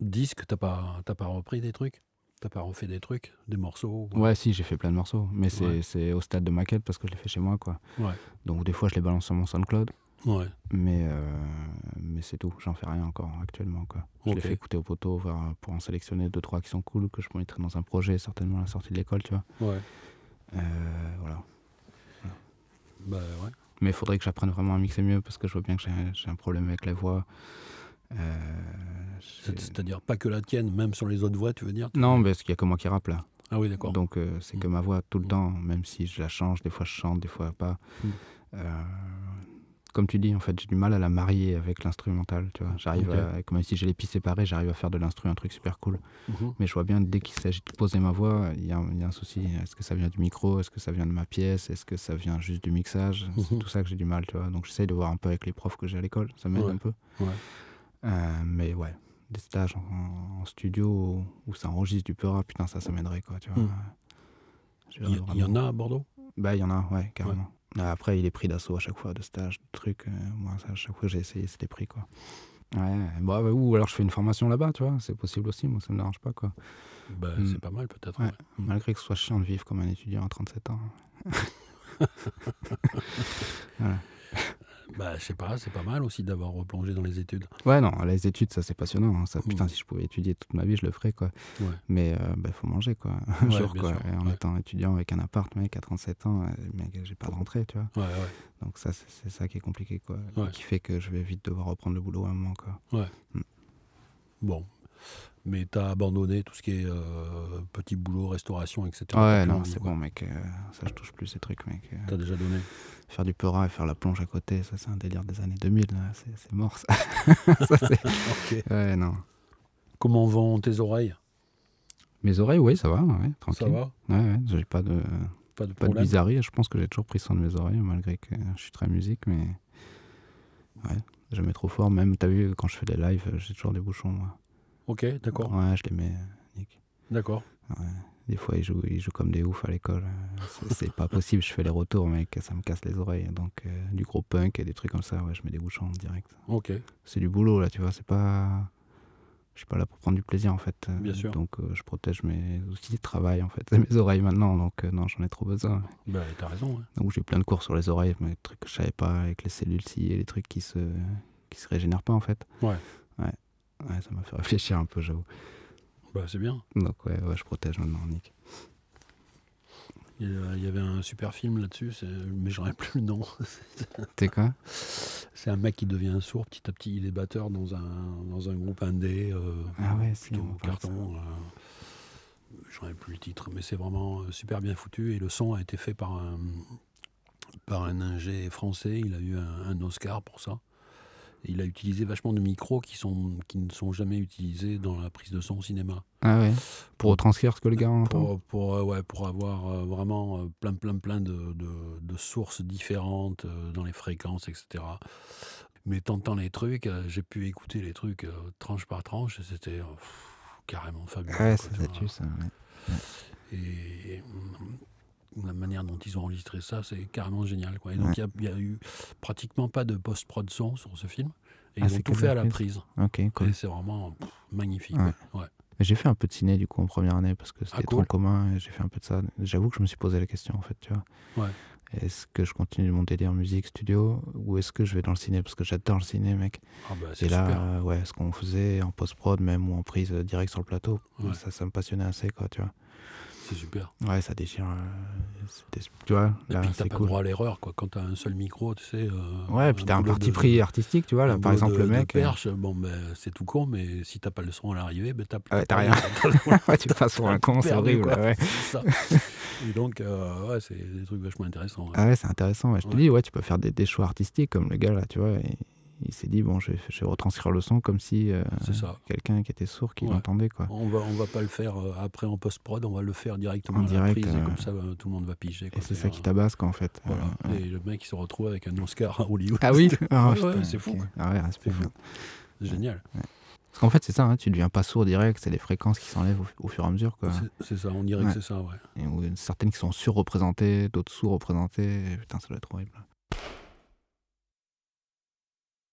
Disque, t'as pas, t'as pas repris des trucs T'as pas refait des trucs Des morceaux Ouais, si, j'ai fait plein de morceaux, mais c'est, Ouais. c'est au stade de maquette parce que je les fais chez moi, quoi. Ouais. Donc des fois, je les balance sur mon SoundCloud, Ouais. mais, euh, mais c'est tout. J'en fais rien encore actuellement, quoi. Je Ok. les fais écouter au poteau voir, euh, pour en sélectionner deux, trois qui sont cool, que je pourrais mettrai dans un projet, certainement à la sortie de l'école, tu vois. Ouais. Euh, voilà. Bah ouais. Mais il faudrait que j'apprenne vraiment à mixer mieux parce que je vois bien que j'ai, j'ai un problème avec la voix. Euh, j'ai- C'est- C'est-à-dire pas que la tienne, même sur les autres voix, tu veux dire Non, parce qu'il y a que moi qui rappe là. Ah oui, d'accord. Donc euh, c'est que ma voix tout le temps, même si je la change, des fois je chante, des fois pas. Mm. Euh, comme tu dis, en fait, j'ai du mal à la marier avec l'instrumental, tu vois. J'arrive, Ok. à- comme si j'ai les pistes séparées, j'arrive à faire de l'instru un truc super cool. Mhm. Mais je vois bien, dès qu'il s'agit de poser ma voix, il y, a un- il y a un souci. Est-ce que ça vient du micro Est-ce que ça vient de ma pièce Est-ce que ça vient juste du mixage C'est Mhm. tout ça que j'ai du mal, tu vois. Donc j'essaye de voir un peu avec les profs que j'ai à l'école, ça m'aide Ouais. un peu. Ouais. Euh, mais ouais, des stages en, en studio où, où ça enregistre du peu rap, putain, ça, ça m'aiderait, quoi, tu vois. Mm. Je Il y, verrais il y en vraiment. a à Bordeaux Bah, il y en a, ouais, carrément. Ah, Après, il est pris d'assaut à chaque fois, de stage, de trucs. euh, moi, ça, à chaque fois que j'ai essayé, c'était pris, quoi. Ouais, bah, bah, ou alors je fais une formation là-bas, tu vois, c'est possible aussi, moi, ça me dérange pas, quoi. Bah Mm. c'est pas mal peut-être. Ouais. ouais. Mm. Malgré que ce soit chiant de vivre comme un étudiant à 37 ans. Bah c'est pas, c'est pas mal aussi d'avoir replongé dans les études. Ouais, non, les études, ça, c'est passionnant. hein, Ça, Mm. putain, si je pouvais étudier toute ma vie, je le ferais, quoi. Ouais. Mais il faut manger, quoi. Un Ouais, jour, bien quoi. sûr, Et en ouais. étant étudiant avec un appart, mec, à 37 ans, euh, mec, j'ai pas de rentrée, tu vois. Ouais, ouais. Donc ça, c'est c'est ça qui est compliqué, quoi. Ouais. Qui fait que je vais vite devoir reprendre le boulot à un moment, quoi. Bon. Mais t'as abandonné tout ce qui est euh, petit boulot, restauration, etc. T'as ouais, plus non, envie, c'est quoi. bon, mec. euh, ça, je touche plus ces trucs, mec. Euh, T'as déjà donné. faire du pera et faire la plonge à côté, ça, c'est un délire des années 2000. là. C'est c'est mort, ça. Ça, c'est- Ok. ouais, non. Comment vont tes oreilles Mes oreilles, oui, ça va, ouais, tranquille. Ça va Ouais, ouais, j'ai pas Pas de, de pas de problème bizarrerie. Je pense que j'ai toujours pris soin de mes oreilles, malgré que je suis très musique, mais... Ouais, jamais trop fort. Même, t'as vu, quand je fais des lives, j'ai toujours des bouchons, moi. Ok, d'accord. Ouais, je les mets, euh, nickel. D'accord. Des fois, ils jouent, ils jouent comme des oufs à l'école. Euh, c'est- C'est pas possible, je fais les retours, mec, ça me casse les oreilles. Donc, euh, du gros punk et des trucs comme ça, ouais, je mets des bouchons en direct. Ok. C'est du boulot, là, tu vois, c'est pas. Je suis pas là pour prendre du plaisir, en fait. Euh, Bien sûr. Donc, euh, je protège mes outils de travail, en fait, et mes oreilles maintenant. Donc, euh, non, j'en ai trop besoin. Bah t'as raison. hein. Donc, j'ai plein de cours sur les oreilles, mais des trucs que je savais pas, avec les cellules ci et les trucs qui se, qui se régénèrent pas, en fait. Ouais. Ouais, Ouais, ça m'a fait réfléchir un peu, j'avoue. Bah c'est bien. Donc, ouais, ouais, je protège maintenant, Nick. Il y a- il y avait un super film là-dessus, c'est- mais j'aurais plus le nom. T'es quoi C'est un mec qui devient sourd petit à petit. Il est batteur dans un, dans un groupe indé, euh, Ah ouais, si, plutôt on parle de ça. carton. euh, J'aurais plus le titre, mais c'est vraiment euh, super bien foutu. Et le son a été fait par un, par un ingé français. Il a eu un, un Oscar pour ça. Et il a utilisé vachement de micros qui, sont, qui ne sont jamais utilisés dans la prise de son au cinéma. Ah ouais Pour retranscrire ce que le gars entend Pour, pour, euh, ouais, pour avoir euh, vraiment euh, plein, plein, plein de, de- de sources différentes euh, dans les fréquences, etc. Mais tentant les trucs, euh, j'ai pu écouter les trucs euh, tranche par tranche, et c'était euh, pff, carrément fabuleux. Ah quoi, Ouais, ça, tu ça vois. tue ça. ouais. Et mm, la manière dont ils ont enregistré ça, c'est carrément génial. Quoi. Et donc, il n'y a, eu pratiquement pas de post-prod son sur ce film. Et ils Ah, ont c'est tout que fait la à la prise. prise. Ok, cool. Et c'est vraiment pff, magnifique. Ouais. quoi. Ouais. J'ai fait un peu de ciné du coup en première année parce que c'était Ah, cool. trop commun et j'ai fait un peu de ça. J'avoue que je me suis posé la question en fait, tu vois. Ouais. Est-ce que je continue mon délire musique studio ou est-ce que je vais dans le ciné parce que j'adore le ciné, mec. Ah bah, c'est Et là, super. euh, ouais, ce qu'on faisait en post-prod même ou en prise euh, direct sur le plateau, Ouais. ça, ça me passionnait assez quoi, tu vois. C'est super. Ouais, ça déchire. euh, c'était- tu vois, Et là, puis t'as c'est pas cool. droit à l'erreur, quoi. Quand t'as un seul micro, tu sais. euh, Ouais, puis t'as un boulot parti de- pris artistique, tu vois. un Là, boulot par exemple, de- le de mec. euh, perche, bon, ben, c'est tout con, mais si t'as pas le son à l'arrivée, ben, t'as Ouais, Ah, t'as pas- rien. ouais, tu t'as- passes pour t'as un tout con, c'est perdu, horrible. quoi. ouais. C'est ça. Et donc, euh, ouais, c'est des trucs vachement intéressants. ouais. Ah ouais, c'est intéressant. ouais. Je te Ouais. dis, ouais, tu peux faire des, des choix artistiques comme le gars là, tu vois. Il, il s'est dit, bon, je vais, je vais retranscrire le son comme si euh, C'est ça. quelqu'un qui était sourd qui Ouais. Oh, l'entendait, quoi. On va, on va pas le faire euh, après en post-prod, on va le faire directement En à la direct, prise, et euh, comme ça, euh, tout le monde va piger. Et quoi. c'est ça C'est-à-dire, qui tabasse, quoi, en fait. voilà. Euh, Et le mec, il se retrouve avec un Oscar à Hollywood. Ah oui Ah, Ouais, ouais, putain, c'est fou. ok. Ah ouais, respect, C'est fou. merde. Génial. Parce qu'en fait, c'est ça, hein, tu deviens pas sourd direct, c'est les fréquences qui s'enlèvent au, au fur et à mesure, quoi. C'est- C'est ça, on dirait Ouais. que c'est ça, ouais. Et où- certaines qui sont surreprésentées, d'autres sous-représentées. Putain, ça doit être horrible.